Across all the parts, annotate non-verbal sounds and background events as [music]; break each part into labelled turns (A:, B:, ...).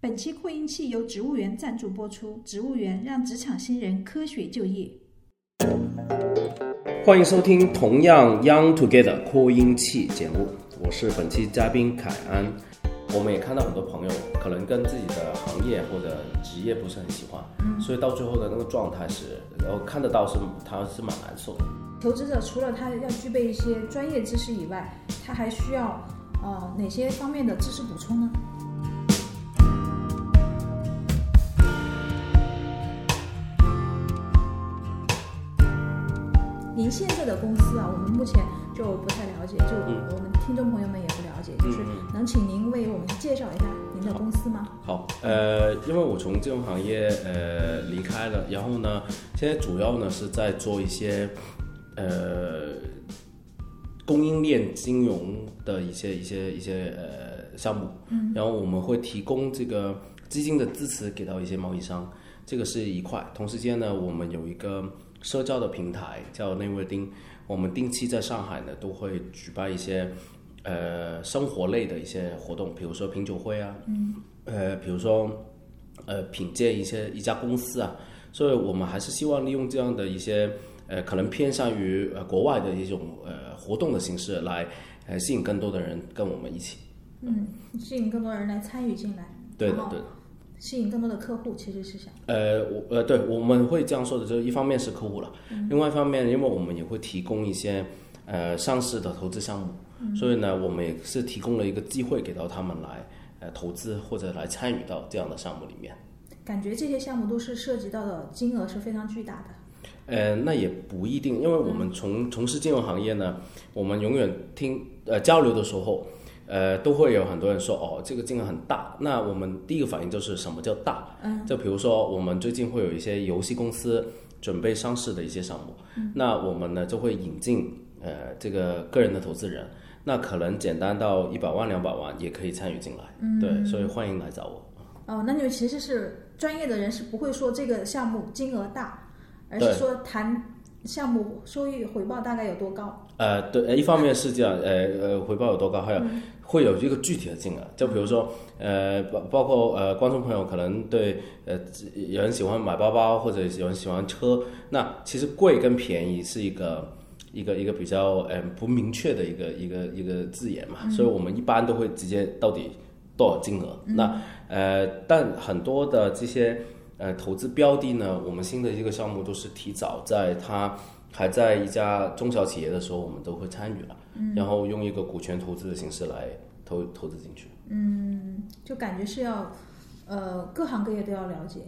A: 本期扩音器由植物园赞助播出，植物园让职场新人科学就业。
B: 欢迎收听同样 Young Together 扩音器节目，我是本期嘉宾凯安。我们也看到很多朋友可能跟自己的行业或者职业不是很喜欢，所以到最后的那个状态是，然后看得到是他是蛮难受的。
A: 求职者除了他要具备一些专业知识以外，他还需要呃哪些方面的知识补充呢？您现在的公司啊，我们目前就不太了解，就我们听众朋友们也不了解，就是能请您为我们介绍一下您的公司吗？
B: 好，呃，因为我从金融行业呃离开了，然后呢，现在主要呢是在做一些呃供应链金融的一些一些一些呃项目，然后我们会提供这个资金的支持给到一些贸易商，这个是一块。同时间呢，我们有一个社交的平台叫内卫丁，我们定期在上海呢都会举办一些呃生活类的一些活动，比如说品酒会啊，呃，比如说呃品鉴一些一家公司啊，所以我们还是希望利用这样的一些呃可能偏向于呃国外的一种呃活动的形式来呃吸引更多的人跟我们一起。
A: 嗯，吸引更多人来参与进来，
B: 对的
A: 然，后
B: 对的。
A: 吸引更多的客户，其实是想
B: 呃，我呃，对，我们会这样说的，就是一方面是客户了，另外一方面，因为我们也会提供一些呃上市的投资项目，所以呢，我们也是提供了一个机会给到他们来呃投资或者来参与到这样的项目里面。
A: 感觉这些项目都是涉及到的金额是非常巨大的。
B: 呃，那也不一定，因为我们从从事金融行业呢，我们永远听呃交流的时候，呃，都会有很多人说哦，这个金额很大。那我们第一个反应就是什么叫大？嗯，就比如说我们最近会有一些游戏公司准备上市的一些项目，那我们呢就会引进呃这个个人的投资人，那可能简单到一百万两百万也可以参与进来，对，所以欢迎来找我。
A: 哦，那你们其实是专业的人是不会说这个项目金额大，而是
B: 对
A: 说谈项目收益回报大概有多高。
B: 呃，对，呃一方面是这样，呃呃，回报有多高，还有、会有一个具体的金额，就比如说，呃，包包括呃，观众朋友可能对呃，有人喜欢买包包，或者有人喜欢车，那其实贵跟便宜是一个一个一个比较呃不明确的一个一个一个字眼嘛，所以我们一般都会直接到底多少金额，那呃，但很多的这些呃投资标的呢，我们新的一个项目都是提早在它还在一家中小企业的时候，我们都会参与了，然后用一个股权投资的形式来投投资进去。
A: 就感觉是要，呃，各行各业都要了解。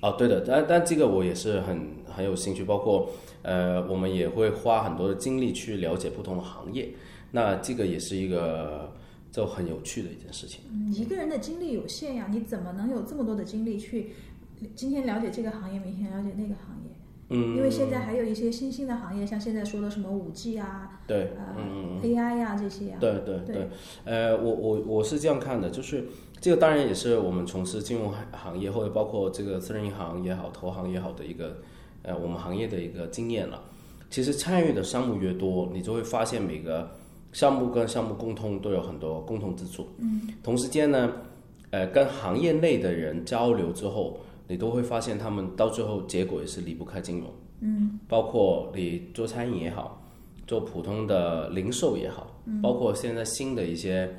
B: 哦，对的，但但这个我也是很很有兴趣，包括呃，我们也会花很多的精力去了解不同的行业，那这个也是一个就很有趣的一件事情。
A: 嗯，一个人的精力有限呀，你怎么能有这么多的精力去今天了解这个行业，明天了解那个行业？
B: 嗯，
A: 因为现在还有一些新兴的行业，像现在说的什么五 G 啊、
B: 对，
A: 呃、
B: 嗯嗯嗯。
A: AI 呀、这些啊。
B: 对对
A: 对
B: 对，呃，我我我是这样看的，就是这个当然也是我们从事金融行行业或者包括这个私人银行也好、投行也好的一个呃我们行业的一个经验了。其实参与的项目越多，你就会发现每个项目跟项目共通都有很多共同之处。嗯，同时间呢，呃，跟行业内的人交流之后，你都会发现他们到最后结果也是离不开金融。嗯，包括你做餐饮也好。做普通的零售也好，包括现在新的一些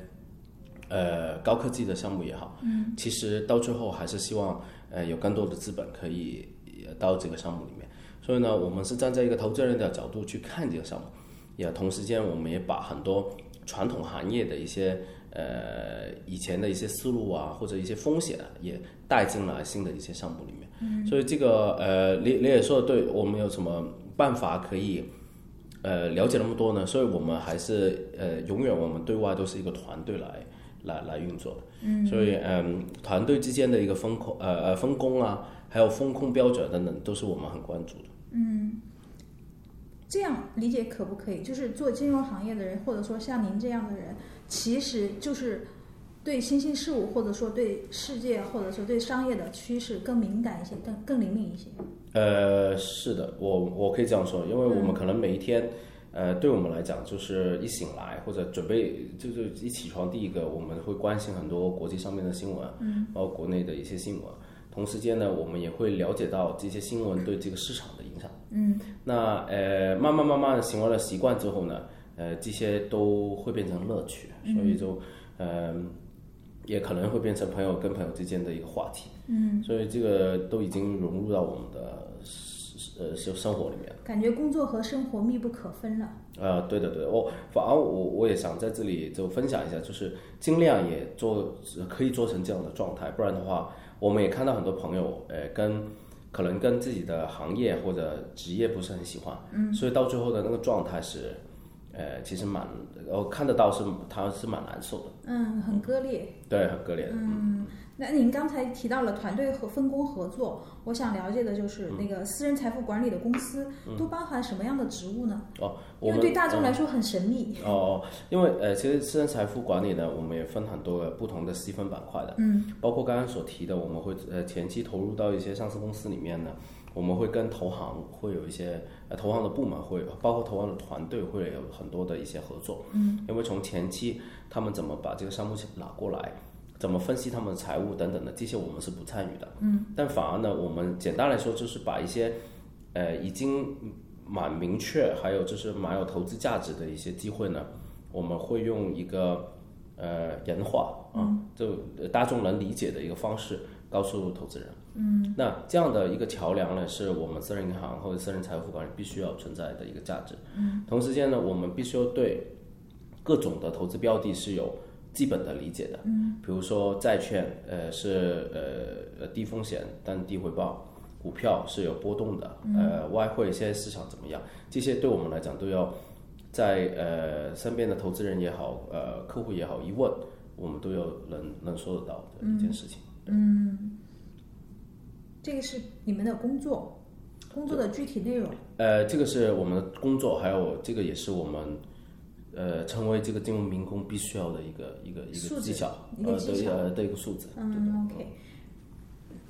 B: 呃高科技的项目也好，嗯，其实到最后还是希望呃有更多的资本可以呃到这个项目里面。所以呢，我们是站在一个投资人的角度去看这个项目，也同时间我们也把很多传统行业的一些呃以前的一些思路啊，或者一些风险啊，也带进来新的一些项目里面。嗯、所以这个呃，你你也说的对，我们有什么办法可以？呃了解那么多呢，所以我们还是呃永远我们对外都是一个团队来来来运作的，嗯，所以嗯团队之间的一个分控呃呃分工啊，还有风控标准等等，都是我们很关注的。
A: 这样理解可不可以？就是做金融行业的人，或者说像您这样的人，其实就是对新兴事物，或者说对世界，或者说对商业的趋势更敏感一些，更更灵敏一些。
B: 呃，是的，我我可以这样说，因为我们可能每一天，呃，对我们来讲，就是一醒来或者准备，就是一起床，第一个我们会关心很多国际上面的新闻，嗯，包括国内的一些新闻。同时间呢，我们也会了解到这些新闻对这个市场的影响。
A: 嗯，
B: 那呃，慢慢慢慢地形成了习惯之后呢，呃，这些都会变成乐趣，所以就呃，也可能会变成朋友跟朋友之间的一个话题。嗯，所以这个都已经融入到我们的呃生生活里面。
A: 感觉工作和生活密不可分了。
B: 呃，对的对的，我、反而我我也想在这里就分享一下，就是尽量也做可以做成这样的状态，不然的话，我们也看到很多朋友，呃，跟可能跟自己的行业或者职业不是很喜欢，嗯，所以到最后的那个状态是，呃，其实蛮，我看得到是他是蛮难受的，
A: 嗯，很割裂。
B: 对，很割裂
A: 嗯
B: 的，
A: 那您刚才提到了团队和分工合作，我想了解的就是那个私人财富管理的公司都包含什么样的职务呢？
B: 哦，嗯我
A: 因为
B: 们嗯
A: 对大众来说很神秘。
B: 哦，哦，因为呃，其实私人财富管理呢，我们也分很多个不同的细分板块的，嗯，包括刚刚所提的，我们会呃前期投入到一些上市公司里面呢，我们会跟投行会有一些呃投行的部门会，包括投行的团队会有很多的一些合作，嗯，因为从前期他们怎么把这个项目拿过来。怎么分析他们的财务等等的，这些我们是不参与的。嗯，但反而呢，我们简单来说就是把一些，呃，已经蛮明确，还有就是蛮有投资价值的一些机会呢，我们会用一个呃人话啊，就呃大众能理解的一个方式告诉投资人。嗯，那这样的一个桥梁呢，是我们私人银行或者私人财富管理必须要存在的一个价值。嗯，同时间呢，我们必须要对各种的投资标的是有基本的理解的。嗯，比如说债券，呃，是呃呃低风险但低回报。股票是有波动的，
A: 嗯
B: 呃，外汇现在市场怎么样？这些对我们来讲都要在呃身边的投资人也好，呃客户也好，一问我们都要能能说得到
A: 嗯
B: 的一件事情。
A: 这个是你们的工作，工作的具体内容。
B: 呃，这个是我们的工作，还有这个也是我们呃成为这个金融民工必须要的一个一个一
A: 素
B: 个
A: 质
B: 技巧，
A: 一个
B: 呃
A: 技
B: 对
A: 巧
B: 呃的一个素质。
A: 嗯，OK。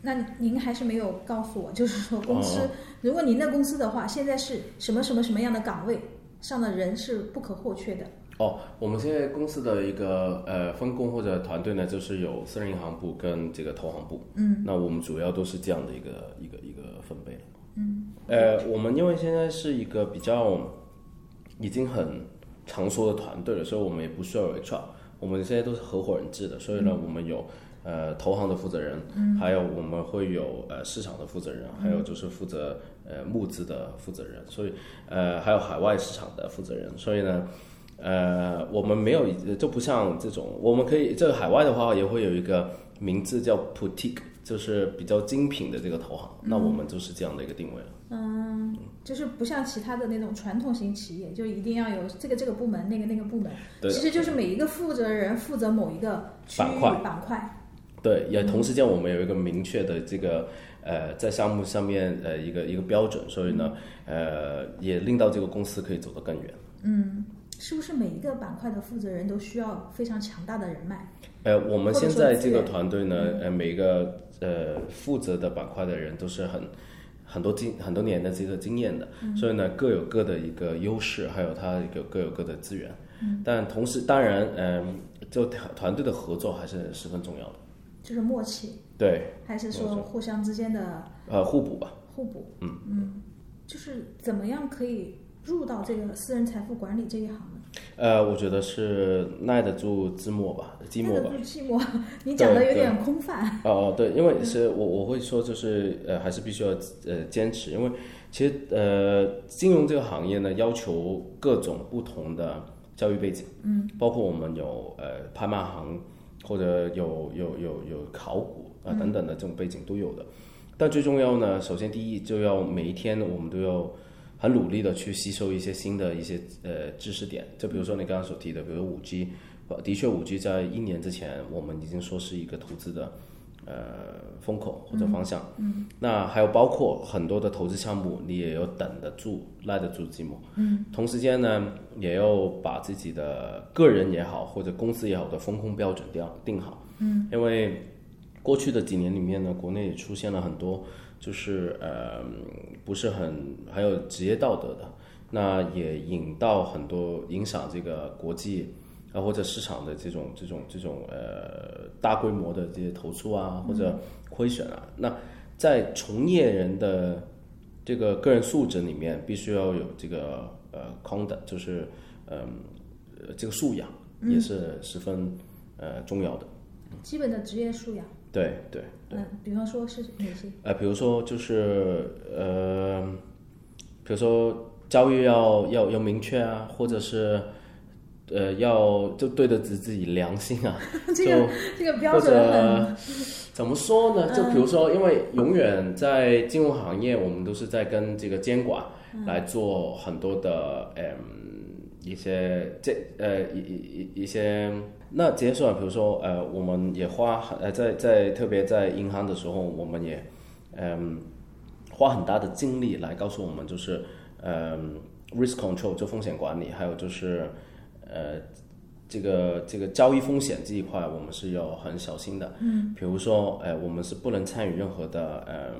A: 那您还是没有告诉我，就是说公
B: 哦
A: 司，如果您的公司的话，现在是什么什么什么样的岗位上的人是不可或缺的？
B: 哦，我们现在公司的一个呃分工或者团队呢，就是有私人银行部跟这个投行部。嗯，那我们主要都是这样的一个一个一个分配嗯，呃，我们因为现在是一个比较已经很常说的团队了，所以我们也不需要有 HR，我们现在都是合伙人制的，所以呢，我们有呃投行的负责人，还有我们会有呃市场的负责人，还有就是负责呃募资的负责人，所以呃还有海外市场的负责人，所以呢。呃，我们没有，就不像这种，我们可以这个海外的话也会有一个名字叫 boutique，就是比较精品的这个投行，那我们就是这样的一个定位了。
A: 嗯，就是不像其他的那种传统型企业，就一定要有这个这个部门，那个那个部门。
B: 对的
A: 其实就是每一个负责人负责某一个区域
B: 板块
A: 板块。
B: 对，也同时间我们有一个明确的这个呃在项目上面呃一个一个标准，所以呢呃也令到这个公司可以走得更远。
A: 是不是每一个板块的负责人都需要非常强大的人脉？
B: 呃，我们
A: 或者
B: 现
A: 说嗯
B: 在
A: 资
B: 这个
A: 源
B: 团队呢，呃，每一个呃负责的板块的人都是很很多经很多年的这个经验的，
A: 嗯
B: 所以呢各有各的一个优势，还有它有各有各的资源。
A: 嗯
B: 但同时，当然，嗯、就团团队的合作还是十分重要的。
A: 就是默契，
B: 对，
A: 还是
B: 没
A: 说互相之间的
B: 呃，互补吧。
A: 互补？嗯就是怎么样可以入到这个私人财富管理这一行呢？
B: 呃，我觉得是耐得住寂寞吧，寂寞吧
A: 真的。不寂寞， [laughs] 你讲的有点空泛。
B: 哦，对，因为是我我会说，就是呃，还是必须要呃坚持，因为其实呃，金融这个行业呢，要求各种不同的教育背景，嗯，包括我们有呃拍卖行或者有有有有考古啊、等等的这种背景都有的。但最重要呢，首先第一就要每一天我们都要很努力的去吸收一些新的一些呃知识点，就比如说你刚刚所提的，比如五 G，的确五 G 在一年之前我们已经说是一个投资的呃风口或者方向，嗯，那还有包括很多的投资项目，你也要等得住、耐得住寂寞，嗯，同时间呢，也要把自己的个人也好或者公司也好的风控标准定定好，嗯，因为过去的几年里面呢，国内也出现了很多就是呃不是很还有职业道德的。那也引到很多影响这个国际啊或者市场的这种这种这种呃大规模的这些投诉啊或者亏损啊。那在从业人的这个个人素质里面，必须要有这个呃 conduct，就是嗯、呃这个素养也是十分呃重要的。
A: 基本的职业素养。
B: 对对，
A: 嗯，比方说是哪些？
B: 呃，比如说就是呃，比如说教育要要要明确啊，或者是呃要就对得起自己良心啊，
A: [laughs] 这个这个标准很
B: [laughs]
A: 嗯
B: 怎么说呢？就比如说，因为永远在金融行业，我们都是在跟这个监管
A: 嗯
B: 来做很多的嗯一些这呃一一一一些。那结算，比如说呃，我们也花很呃在在特别在银行的时候，我们也嗯花很大的精力来告诉我们，就是嗯 risk control 就风险管理，还有就是呃这个这个交易风险这一块，我们是要很小心的。嗯，比如说，呃，我们是不能参与任何的，呃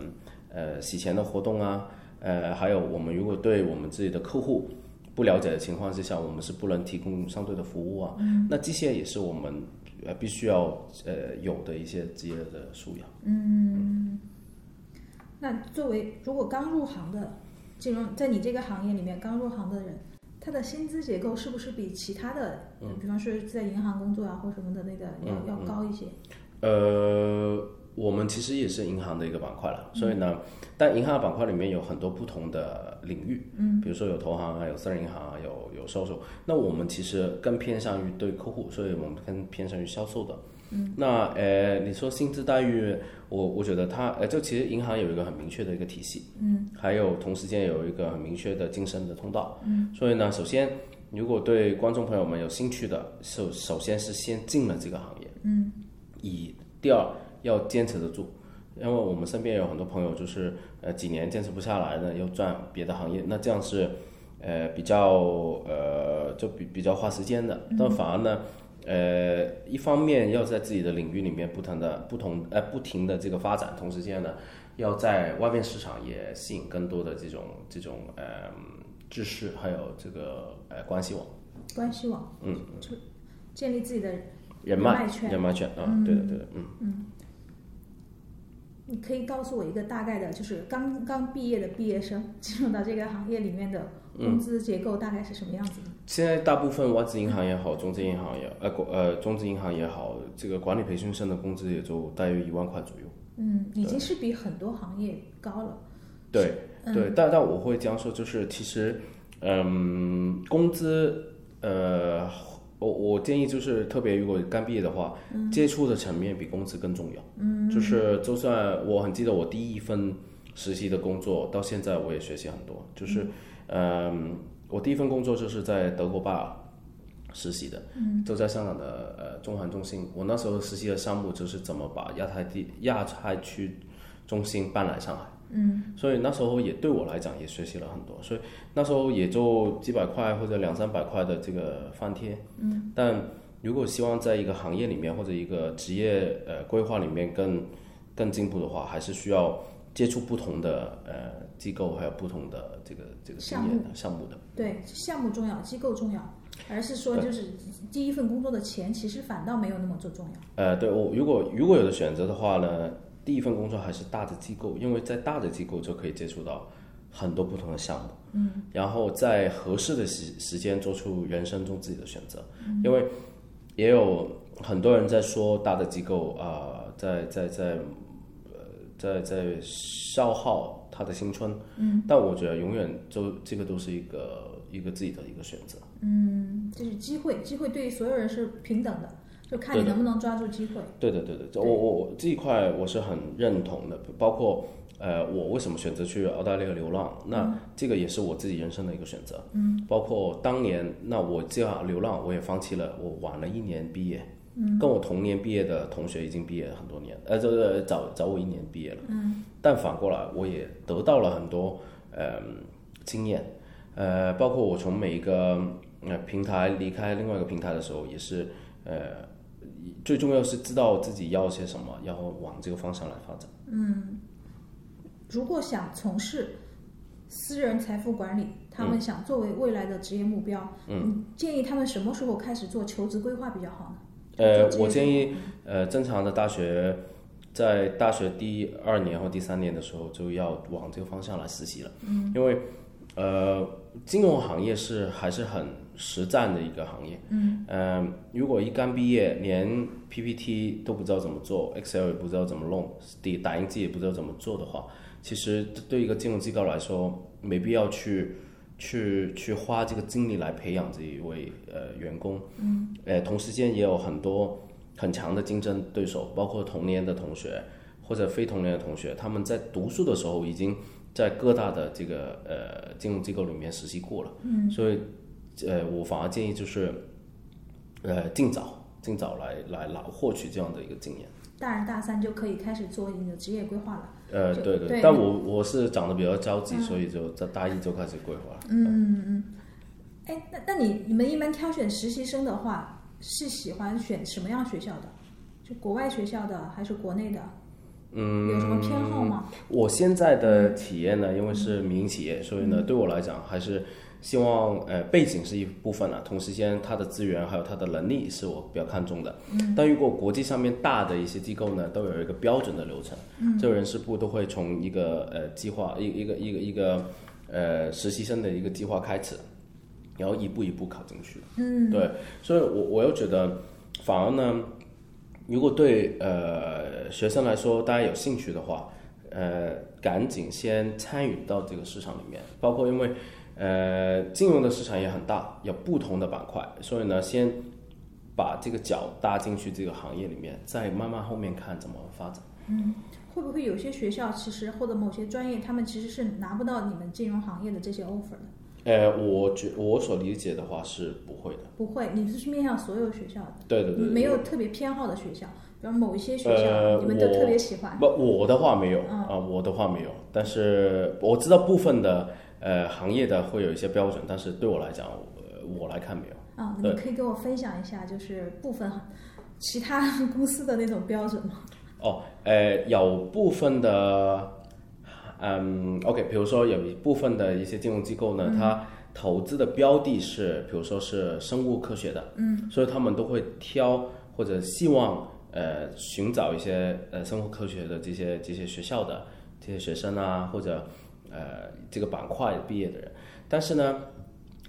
B: 呃，洗钱的活动啊，呃，还有我们如果对我们自己的客户不了解的情况之下，我们是不能提供相对的服务啊。嗯，那这些也是我们呃必须要呃有的一些职业的素养。
A: 那作为如果刚入行的金融，在你这个行业里面刚入行的人，他的薪资结构是不是比其他的，
B: 嗯
A: 比方说在银行工作啊或什么的那个要、要高一些？
B: 呃，我们其实也是银行的一个板块了，所以呢，但银行板块里面有很多不同的领域，嗯，比如说有投行啊，有私人银行啊，有有销售。那我们其实更偏向于对客户，所以我们更偏向于销售的。嗯，那呃，你说薪资待遇，我我觉得它呃，就其实银行有一个很明确的一个体系，嗯，还有同时间有一个很明确的晋升的通道，嗯，所以呢，首先如果对观众朋友们有兴趣的，首首先是先进了这个行业，以第二要坚持得住，因为我们身边有很多朋友就是呃几年坚持不下来呢，又转别的行业，那这样是呃比较呃就比比较花时间的，但反而呢。呃，一方面要在自己的领域里面不同的不同呃不停的这个发展，同时间呢，要在外面市场也吸引更多的这种这种呃知识，还有这个呃关系网
A: 关系网，嗯，就建立自己的
B: 人
A: 人脉
B: 脉
A: 圈
B: 人脉圈啊，对的对的，嗯。
A: 你可以告诉我一个大概的，就是刚刚毕业的毕业生进入到这个行业里面的
B: 嗯
A: 工资结构大概是什么样子的？
B: 现在大部分外资银行也好，中资银行也呃国呃中资银行也好，这个管理培训生的工资也就大约一万块左右。
A: 嗯，已经是比很多行业高了。
B: 对、对，但但我会这样说，就是其实，嗯，工资呃，我我建议就是特别如果刚毕业的话，接触的层面比工资更重要。嗯，就是就算我很记得我第一份实习的工作，到现在我也学习很多。就是嗯，我第一份工作就是在德国巴尔。实习的，就在香港的呃中环中心。我那时候实习的项目就是怎么把亚太地亚太区中心搬来上海。嗯，所以那时候也对我来讲也学习了很多，所以那时候也就几百块或者两三百块的这个饭贴。嗯，但如果希望在一个行业里面或者一个职业呃规划里面更更进步的话，还是需要接触不同的呃机构还有不同的这个这个经验的项目的。
A: 对，项目重要，机构重要，而是说就是第一份工作的钱，其实反倒没有那么做重要。
B: 呃，对我如果如果有的选择的话呢，第一份工作还是大的机构，因为在大的机构就可以接触到很多不同的项目，嗯，然后在合适的时时间做出人生中自己的选择，因为也有很多人在说大的机构啊、在在在呃在在消耗他的青春，嗯，但我觉得永远就这个都是一个一个自己的一个选择。
A: 嗯，就是机会，机会对于所有人是平等的，就看你
B: 对的
A: 能不能抓住机会。
B: 对的，对的，我我我这一块我是很认同的，包括呃，我为什么选择去澳大利亚流浪，那这个也是我自己人生的一个选择。嗯，包括当年那我这样流浪，我也放弃了，我晚了一年毕业。嗯，跟我同年毕业的同学已经毕业了很多年，呃，就是早早我一年毕业了。嗯，但反过来我也得到了很多呃经验，呃，包括我从每一个呃平台离开另外一个平台的时候，也是呃最重要是知道自己要些什么，然后往这个方向来发展。
A: 如果想从事私人财富管理，他
B: 嗯
A: 们想作为未来的职业目标，嗯，建议他们什么时候开始做求职规划比较好呢？
B: 呃，
A: 做
B: 我
A: 职业
B: 建议，呃，正常的大学，在大学第二年或第三年的时候就要往这个方向来实习了，嗯、因为，呃，金融行业是还是很实战的一个行业，嗯，呃，如果一刚毕业连 PPT 都不知道怎么做，Excel 也不知道怎么弄，打打印机也不知道怎么做的话，其实对一个金融机构来说，没必要去。去去花这个精力来培养这一位呃员工，呃，同时间也有很多很强的竞争对手，包括同年的同学或者非同年的同学，他们在读书的时候已经在各大的这个呃金融机构里面实习过了，嗯，所以呃，我反而建议就是呃尽早尽早来来来获取这样的一个经验。
A: 大二大三就可以开始做你的职业规划了。
B: 呃，
A: 就
B: 对对，
A: 对嗯
B: 但我我是长得比较着急，所以就在大一就开始规划了。
A: 哎，那那你你们一般挑选实习生的话，是喜欢选什么样学校的？就国外学校的还是国内的？嗯，有什么偏好吗？
B: 我现在的体验呢，因为是民营企业，所以呢，对我来讲还是希望呃背景是一部分啊，同时间它的资源还有它的能力是我比较看重的。但如果国际上面大的一些机构呢，都有一个标准的流程，这个人事部都会从一个呃计划一一个一个一个呃实习生的一个计划开始，然后一步一步考进去。嗯，对，所以我我又觉得反而呢。如果对呃学生来说，大家有兴趣的话，呃，赶紧先参与到这个市场里面，包括因为呃金融的市场也很大，有不同的板块，所以呢，先把这个脚搭进去这个行业里面，再慢慢后面看怎么发展。嗯
A: 会不会有些学校其实或者某些专业，他们其实是拿不到你们金融行业的这些 offer 的？
B: 呃，我觉我所理解的话是不会的，
A: 不会，你是去面向所有学校的，
B: 对对对，
A: 没有特别偏好的学校，比如某一些学校、
B: 呃
A: 你们都
B: 我
A: 特别喜欢。
B: 不，我的话没有
A: 嗯
B: 啊、我的话没有，但是我知道部分的呃行业的会有一些标准，但是对我来讲，呃我来看没有。
A: 啊、你
B: 对
A: 们可以给我分享一下，就是部分其他公司的那种标准吗？
B: 哦，呃，有部分的，嗯，OK，比如说有一部分的一些金融机构呢，它投资的标的是，比如说是生物科学的，嗯，所以他们都会挑或者希望呃寻找一些呃生物科学的这些这些学校的这些学生啊，或者呃这个板块毕业的人，但是呢，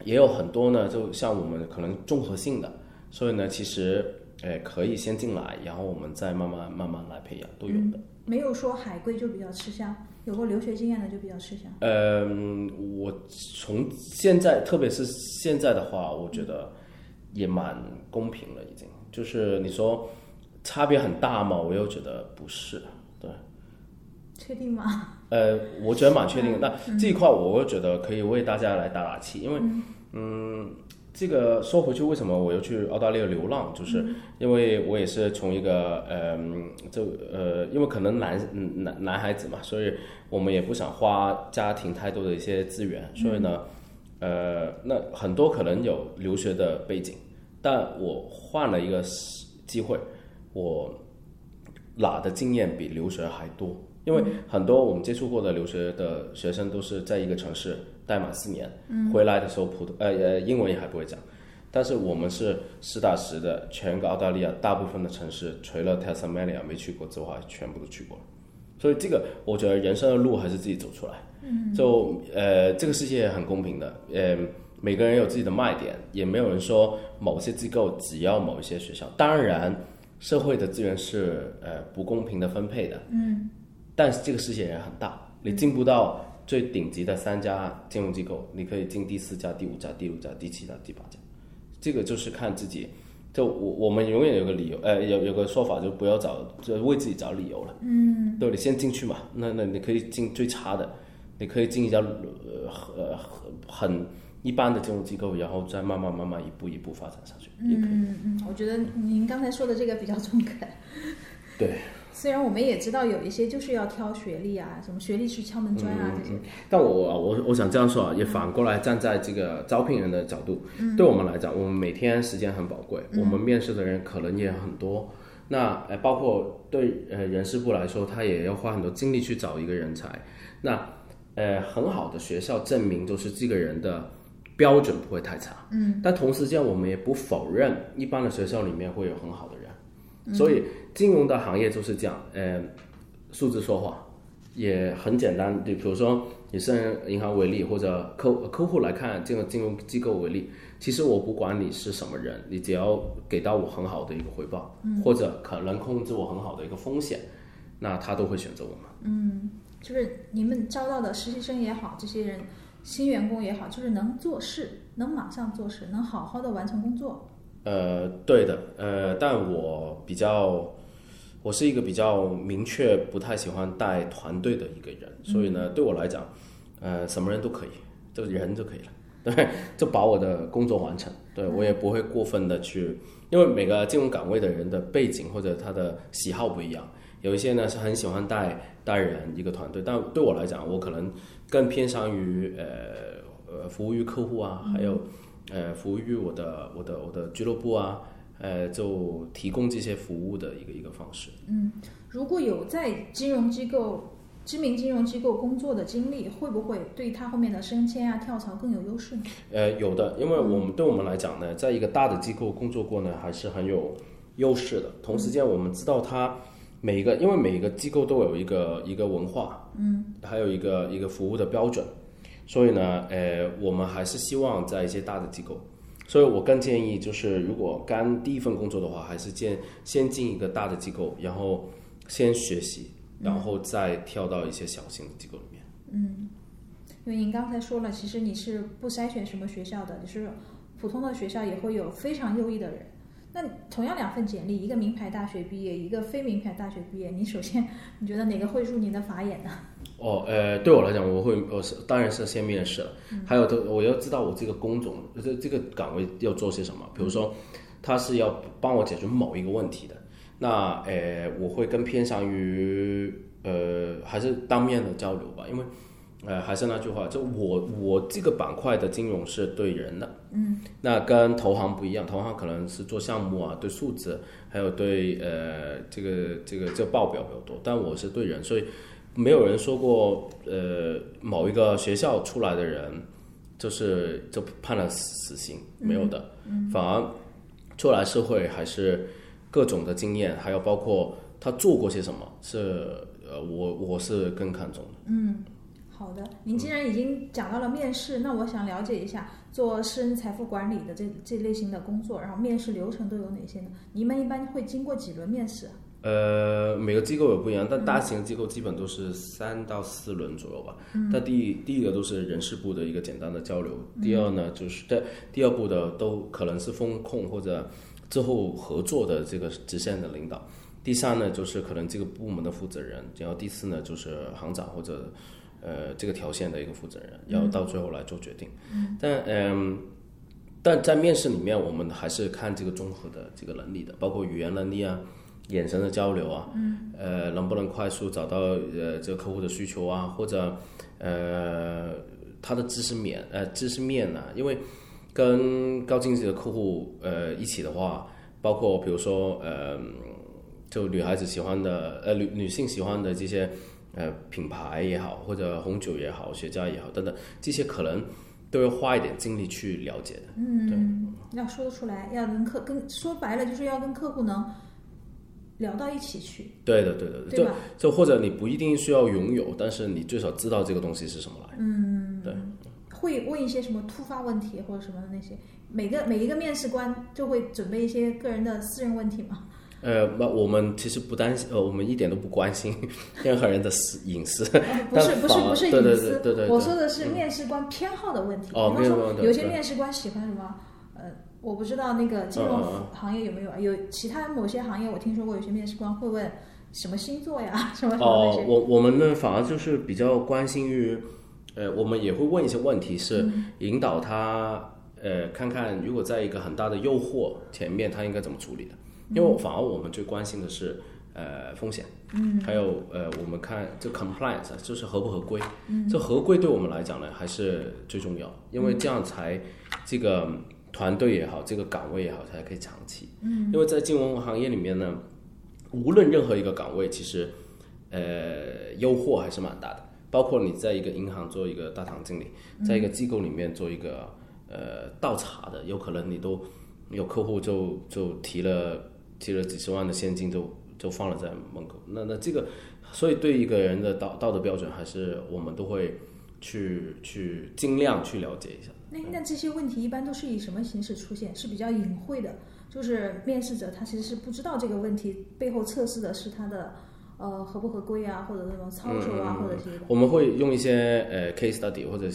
B: 也有很多呢，就像我们可能综合性的，所以呢，其实。呃，可以先进来，然后我们再慢慢慢慢来培养，都有的。
A: 没有说海归就比较吃香，有过留学经验的就比较吃香。
B: 嗯、我从现在，特别是现在的话，我觉得也蛮公平了，已经。就是你说差别很大嘛，我又觉得不是。对，
A: 确定吗？ [laughs]
B: 呃，我觉得蛮确定的。那这一块，我又觉得可以为大家来打打气，因为，嗯，这个说回去，为什么我又去澳大利亚流浪，就是因为我也是从一个，呃，就呃，因为可能男嗯男男孩子嘛，所以我们也不想花家庭太多的一些资源，所以呢，呃，那很多可能有留学的背景，但我换了一个机会，我拿的经验比留学还多，因为很多我们接触过的留学的学生都是在一个城市待满四年，回来的时候普通呃呃英文也还不会讲，但是我们是实打实的，全个澳大利亚大部分的城市，除了 Tasmania 没去过之外，全部都去过了。所以这个我觉得人生的路还是自己走出来，嗯，就呃这个世界很公平的，呃每个人有自己的卖点，也没有人说某些机构只要某一些学校，当然。社会的资源是呃不公平的分配的，嗯，但是这个世界也很大，你进不到最顶级的三家金融机构，你可以进第四家、第五家、第六家、第七家、第八家，这个就是看自己。就我我们永远有个理由，呃，有有个说法，就不要找，就为自己找理由了。嗯，对，你先进去嘛，那那你可以进最差的，你可以进一家呃呃很一般的金融机构，然后再慢慢慢慢一步一步发展下去，也可以。
A: 嗯嗯，我觉得您刚才说的这个比较中肯。
B: 对。
A: 虽然我们也知道有一些就是要挑学历啊，什么学历是敲门砖啊、这些，
B: 但我我我想这样说啊，也反过来站在这个招聘人的角度，对我们来讲，我们每天时间很宝贵，我们面试的人可能也很多。那呃，包括对呃人事部来说，他也要花很多精力去找一个人才。那呃很好的学校证明就是这个人的标准不会太差，嗯，但同时间我们也不否认一般的学校里面会有很好的人，所以金融的行业就是这样，呃，数字说话也很简单，就比如说以私人银行为例，或者客客户来看这个金融机构为例，其实我不管你是什么人，你只要给到我很好的一个回报，或者可能控制我很好的一个风险，那他都会选择我们。
A: 就是你们招到的实习生也好，这些人新员工也好，就是能做事，能马上做事，能好好的完成工作。
B: 呃，对的，呃，但我比较，我是一个比较明确不太喜欢带团队的一个人，所以呢，对我来讲，呃，什么人都可以，就人就可以了，对，就把我的工作完成，对我也不会过分的去，因为每个金融岗位的人的背景或者他的喜好不一样，有一些呢是很喜欢带带人一个团队，但对我来讲，我可能更偏向于呃呃服务于客户啊，还有。呃，服务于我的我的我的俱乐部啊，呃，就提供这些服务的一个一个方式。
A: 如果有在金融机构、知名金融机构工作的经历，会不会对他后面的升迁啊、跳槽更有优势呢？
B: 呃，有的，因为我们对我们来讲呢，在一个大的机构工作过呢，还是很有优势的。同时间，我们知道它每一个，因为每一个机构都有一个一个文化，嗯，还有一个一个服务的标准，所以呢，呃，我们还是希望在一些大的机构。所以我更建议，就是如果干第一份工作的话，还是建先进一个大的机构，然后先学习，然后再跳到一些小型的机构里面。
A: 因为您刚才说了，其实你是不筛选什么学校的，就是普通的学校也会有非常优异的人。那同样两份简历，一个名牌大学毕业，一个非名牌大学毕业，你首先你觉得哪个会入您的法眼呢？
B: 哦，呃，对我来讲，我会，我是当然是先面试了，还有的我要知道我这个工种，这这个岗位要做些什么。比如说，他是要帮我解决某一个问题的，那呃，我会更偏向于呃，还是当面的交流吧，因为呃，还是那句话，就我我这个板块的金融是对人的，嗯，那跟投行不一样，投行可能是做项目啊，对数字，还有对呃这个这个这个报表比较多，但我是对人，所以。没有人说过，呃，某一个学校出来的人，就是就判了死刑，没有的。反而出来社会还是各种的经验，还有包括他做过些什么，是呃，我我是更看重的。
A: [laughs] 好的，您既然已经讲到了面试，那我想了解一下做私人财富管理的这这类型的工作，然后面试流程都有哪些呢？你们一般会经过几轮面试啊？
B: 呃，每个机构也不一样，但大型机构基本都是三到四轮左右吧。但第一第一个都是人事部的一个简单的交流，第二呢就是在第二步的都可能是风控或者之后合作的这个直线的领导，第三呢就是可能这个部门的负责人，然后第四呢就是行长或者呃这个条线的一个负责人，要到最后来做决定。但嗯、但在面试里面，我们还是看这个综合的这个能力的，包括语言能力啊。眼神的交流啊，嗯，呃，能不能快速找到呃这个客户的需求啊，或者呃他的知识面呃知识面呢、因为跟高净值的客户呃一起的话，包括比如说呃就女孩子喜欢的呃女女性喜欢的这些呃品牌也好，或者红酒也好，雪茄也好等等，这些可能都要花一点精力去了解的。
A: 要说得出来，要跟客跟说白了就是要跟客户能聊到一起去，
B: 对的，对的，就
A: 对吧？
B: 就或者你不一定需要拥有，但是你最少知道这个东西是什么来。
A: 会问一些什么突发问题或者什么的那些，每个每一个面试官就会准备一些个人的私人问题嘛。
B: 呃，那我们其实不担心，呃，我们一点都不关心 [laughs] 任何人的私隐私。
A: [laughs] 不是不是不是
B: 对对
A: 隐私，
B: 对对对对嗯
A: 我说的是面试官偏好的问题。
B: 哦
A: 比
B: 面
A: 方
B: 试官
A: 说，
B: 对
A: 有些
B: 对
A: 面试官喜欢什么？呃，我不知道那个金融
B: 嗯嗯
A: 行业有没有，有其他某些行业我听说过，有些面试官会问什么星座呀，什么什么那
B: 哦
A: 些。，
B: 我我们呢反而就是比较关心于，呃，我们也会问一些问题，是引导他，呃，看看如果在一个很大的诱惑前面，他应该怎么处理的。因为我反而我们最关心的是，呃，风险，嗯，还有呃，我们看这 compliance 啊就是合不合规，嗯，这合规对我们来讲呢还是最重要，因为这样才这个团队也好，这个岗位也好才可以长期，嗯，因为在金融行业里面呢，无论任何一个岗位，其实呃，诱惑还是蛮大的。包括你在一个银行做一个大堂经理，在一个机构里面做一个呃倒茶的，有可能你都有客户就就提了提了几十万的现金就就放了在门口，那那这个，所以对一个人的道道德标准，还是我们都会去去尽量去了解一下。
A: 那那这些问题一般都是以什么形式出现？是比较隐晦的，就是面试者他其实是不知道这个问题背后测试的是他的呃合不合规啊，或者那种操守啊，或者是
B: 我们会用一些呃 case study 或者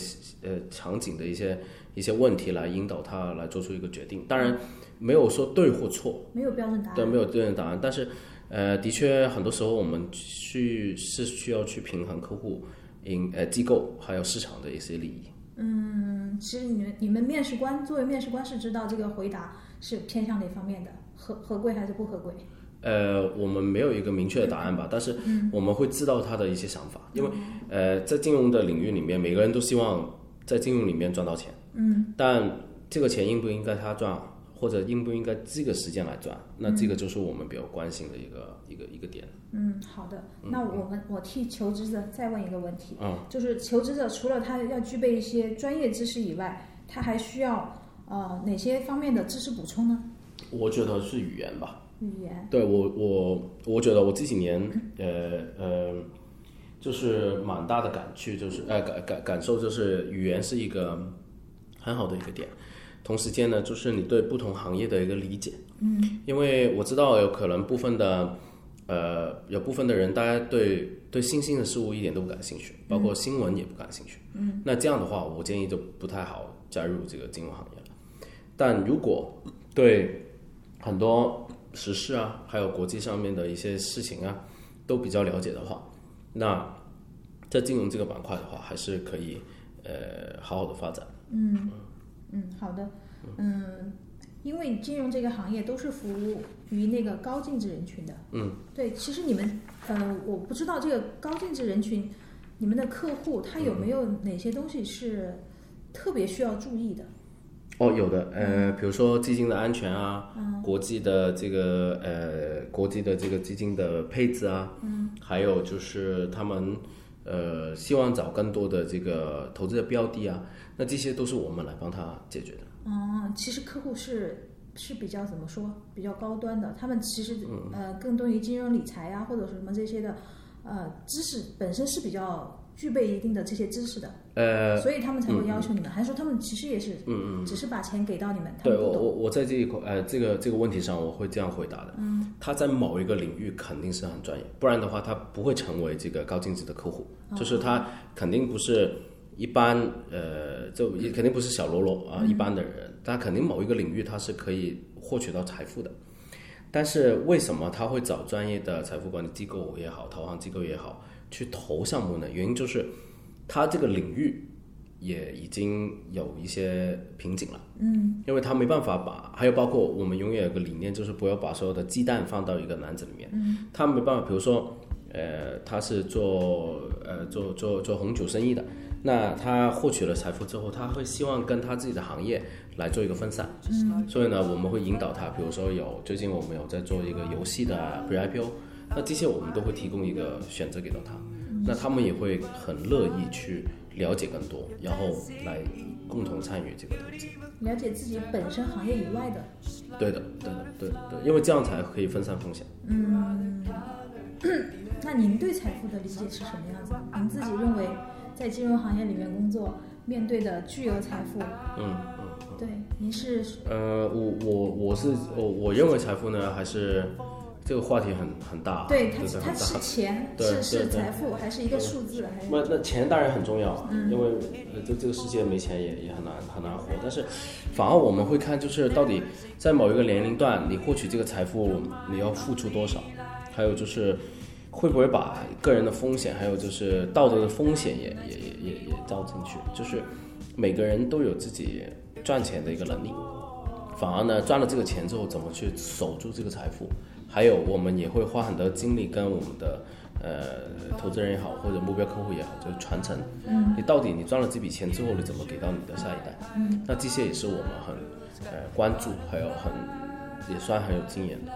B: 呃场景的一些一些问题来引导他来做出一个决定。当然，没有说对或错，
A: 没有标准答案。
B: 对，没有对应答案。但是，呃，的确，很多时候我们去是需要去平衡客户、因呃机构还有市场的一些利益。
A: 嗯，其实你们你们面试官作为面试官是知道这个回答是偏向哪方面的，合合规还是不合规？
B: 呃，我们没有一个明确的答案吧，但是
A: 嗯
B: 我们会知道他的一些想法，因为呃，在金融的领域里面，每个人都希望在金融里面赚到钱，嗯，但这个钱应不应该他赚，或者应不应该这个时间来赚，那这个就是我们比较关心的一个、一个一个点。
A: 嗯，好的。那我们我替求职者再问一个问题，就是求职者除了他要具备一些专业知识以外，他还需要呃哪些方面的知识补充呢？
B: 我觉得是语言吧。
A: 语言，
B: 对我我我觉得我这几年呃呃，就是蛮大的感去，就是呃感感感受就是语言是一个很好的一个点，同时间呢，就是你对不同行业的一个理解，嗯，因为我知道有可能部分的呃有部分的人，大家对对新兴的事物一点都不感兴趣，包括新闻也不感兴趣，嗯，那这样的话，我建议就不太好加入这个金融行业了，但如果对很多时事啊，还有国际上面的一些事情啊，都比较了解的话，那在金融这个板块的话，还是可以呃好好的发展。
A: 嗯，好的，嗯，因为金融这个行业都是服务于那个高净值人群的，嗯，对，其实你们，呃，我不知道这个高净值人群，你们的客户他有没有哪些东西是特别需要注意的？
B: 哦，有的，呃，比如说基金的安全啊，国际的这个呃，国际的这个基金的配置啊，嗯，还有就是他们呃希望找更多的这个投资的标的啊，那这些都是我们来帮他解决的。
A: 嗯，其实客户是是比较怎么说，比较高端的，他们其实呃更多于金融理财啊或者什么这些的，呃，知识本身是比较具备一定的这些知识的，
B: 呃，嗯
A: 所以他们才会要求你们，还是说他们其实也是，嗯嗯，只是把钱给到你们，他
B: 对
A: 们
B: 我
A: 不懂，
B: 我我在这一块呃这个这个问题上我会这样回答的，嗯，他在某一个领域肯定是很专业，不然的话他不会成为这个高净值的客户，
A: 哦
B: 就是他肯定不是一般呃就也肯定不是小喽啰
A: 嗯
B: 啊、一般的人，他肯定某一个领域他是可以获取到财富的，但是为什么他会找专业的财富管理机构也好，投行机构也好去投项目呢？原因就是他这个领域也已经有一些瓶颈了。因为他没办法把，还有包括我们永远有个理念，就是不要把所有的鸡蛋放到一个篮子里面。他没办法，比如说，呃，他是做呃做做做红酒生意的，那他获取了财富之后，他会希望跟他自己的行业来做一个分散。所以呢，我们会引导他，比如说有最近我们有在做一个游戏的 pre IPO，那这些我们都会提供一个选择给到他，那他们也会很乐意去了解更多，然后来共同参与这个投资。
A: 了解自己本身行业以外的，
B: 对的，对的，对的，对，因为这样才可以分散风险。
A: 那您对财富的理解是什么样子？您自己认为在金融行业里面工作面对的巨额财富，
B: 嗯
A: 对，您是
B: 呃，我我我是我我认为财富呢，还是这个话题很很大，
A: 对
B: 这
A: 它
B: 个
A: 它
B: 很大。
A: 是钱，
B: 对
A: 是是
B: 对对
A: 财富，还是一个数字，还是嗯
B: 那那钱当然很重要啊，因为呃这这个世界没钱也也很难很难活。但是，反而我们会看就是到底在某一个年龄段，你获取这个财富，你要付出多少，还有就是会不会把个人的风险，还有就是道德的风险也也也也也照进去。就是每个人都有自己赚钱的一个能力，反而呢赚了这个钱之后，怎么去守住这个财富？还有我们也会花很多精力跟我们的呃投资人也好，或者目标客户也好，就是传承。嗯，你到底你赚了这笔钱之后，你怎么给到你的下一代？嗯，那这些也是我们很呃关注，还有
A: 嗯
B: 很也算很有经验的。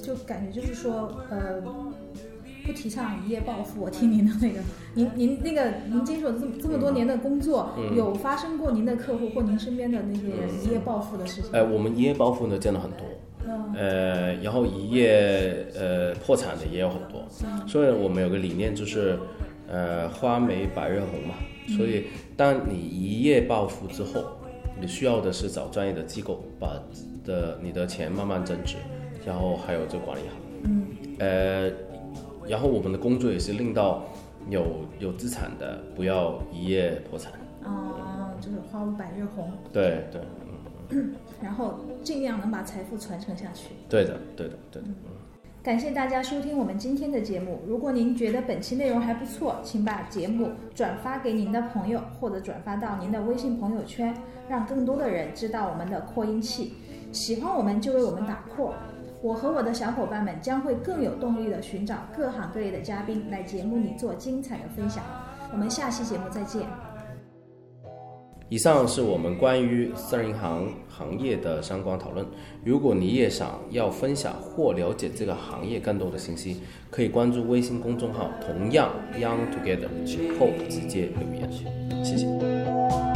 A: 就感觉就是说，呃，不提倡一夜暴富。我听您的那个， [laughs] 您您那个您经手这么这么多年的工作，有发生过您的客户或您身边的那些人一夜暴富的事情？
B: 呃，我们一夜暴富呢见了很多，呃，然后一夜呃破产的也有很多，所以我们有个理念就是，呃，花没百日红嘛，所以当你一夜暴富之后，你需要的是找专业的机构把的你的钱慢慢增值，然后还有这管理好，嗯，呃，然后我们的工作也是令到有有资产的不要一夜破产，
A: 啊、就是花无百日红，
B: 对对
A: 然后尽量能把财富传承下去。
B: 对的对的对的，
A: 感谢大家收听我们今天的节目。如果您觉得本期内容还不错，请把节目转发给您的朋友，或者转发到您的微信朋友圈，让更多的人知道我们的扩音器。喜欢我们就为我们打 call。我和我的小伙伴们将会更有动力的寻找各行各业的嘉宾来节目里做精彩的分享。我们下期节目再见。
B: 以上是我们关于私人银行行业的相关讨论。如果你也想要分享或了解这个行业更多的信息，可以关注微信公众号，同样 Young Together 后直接留言。谢谢。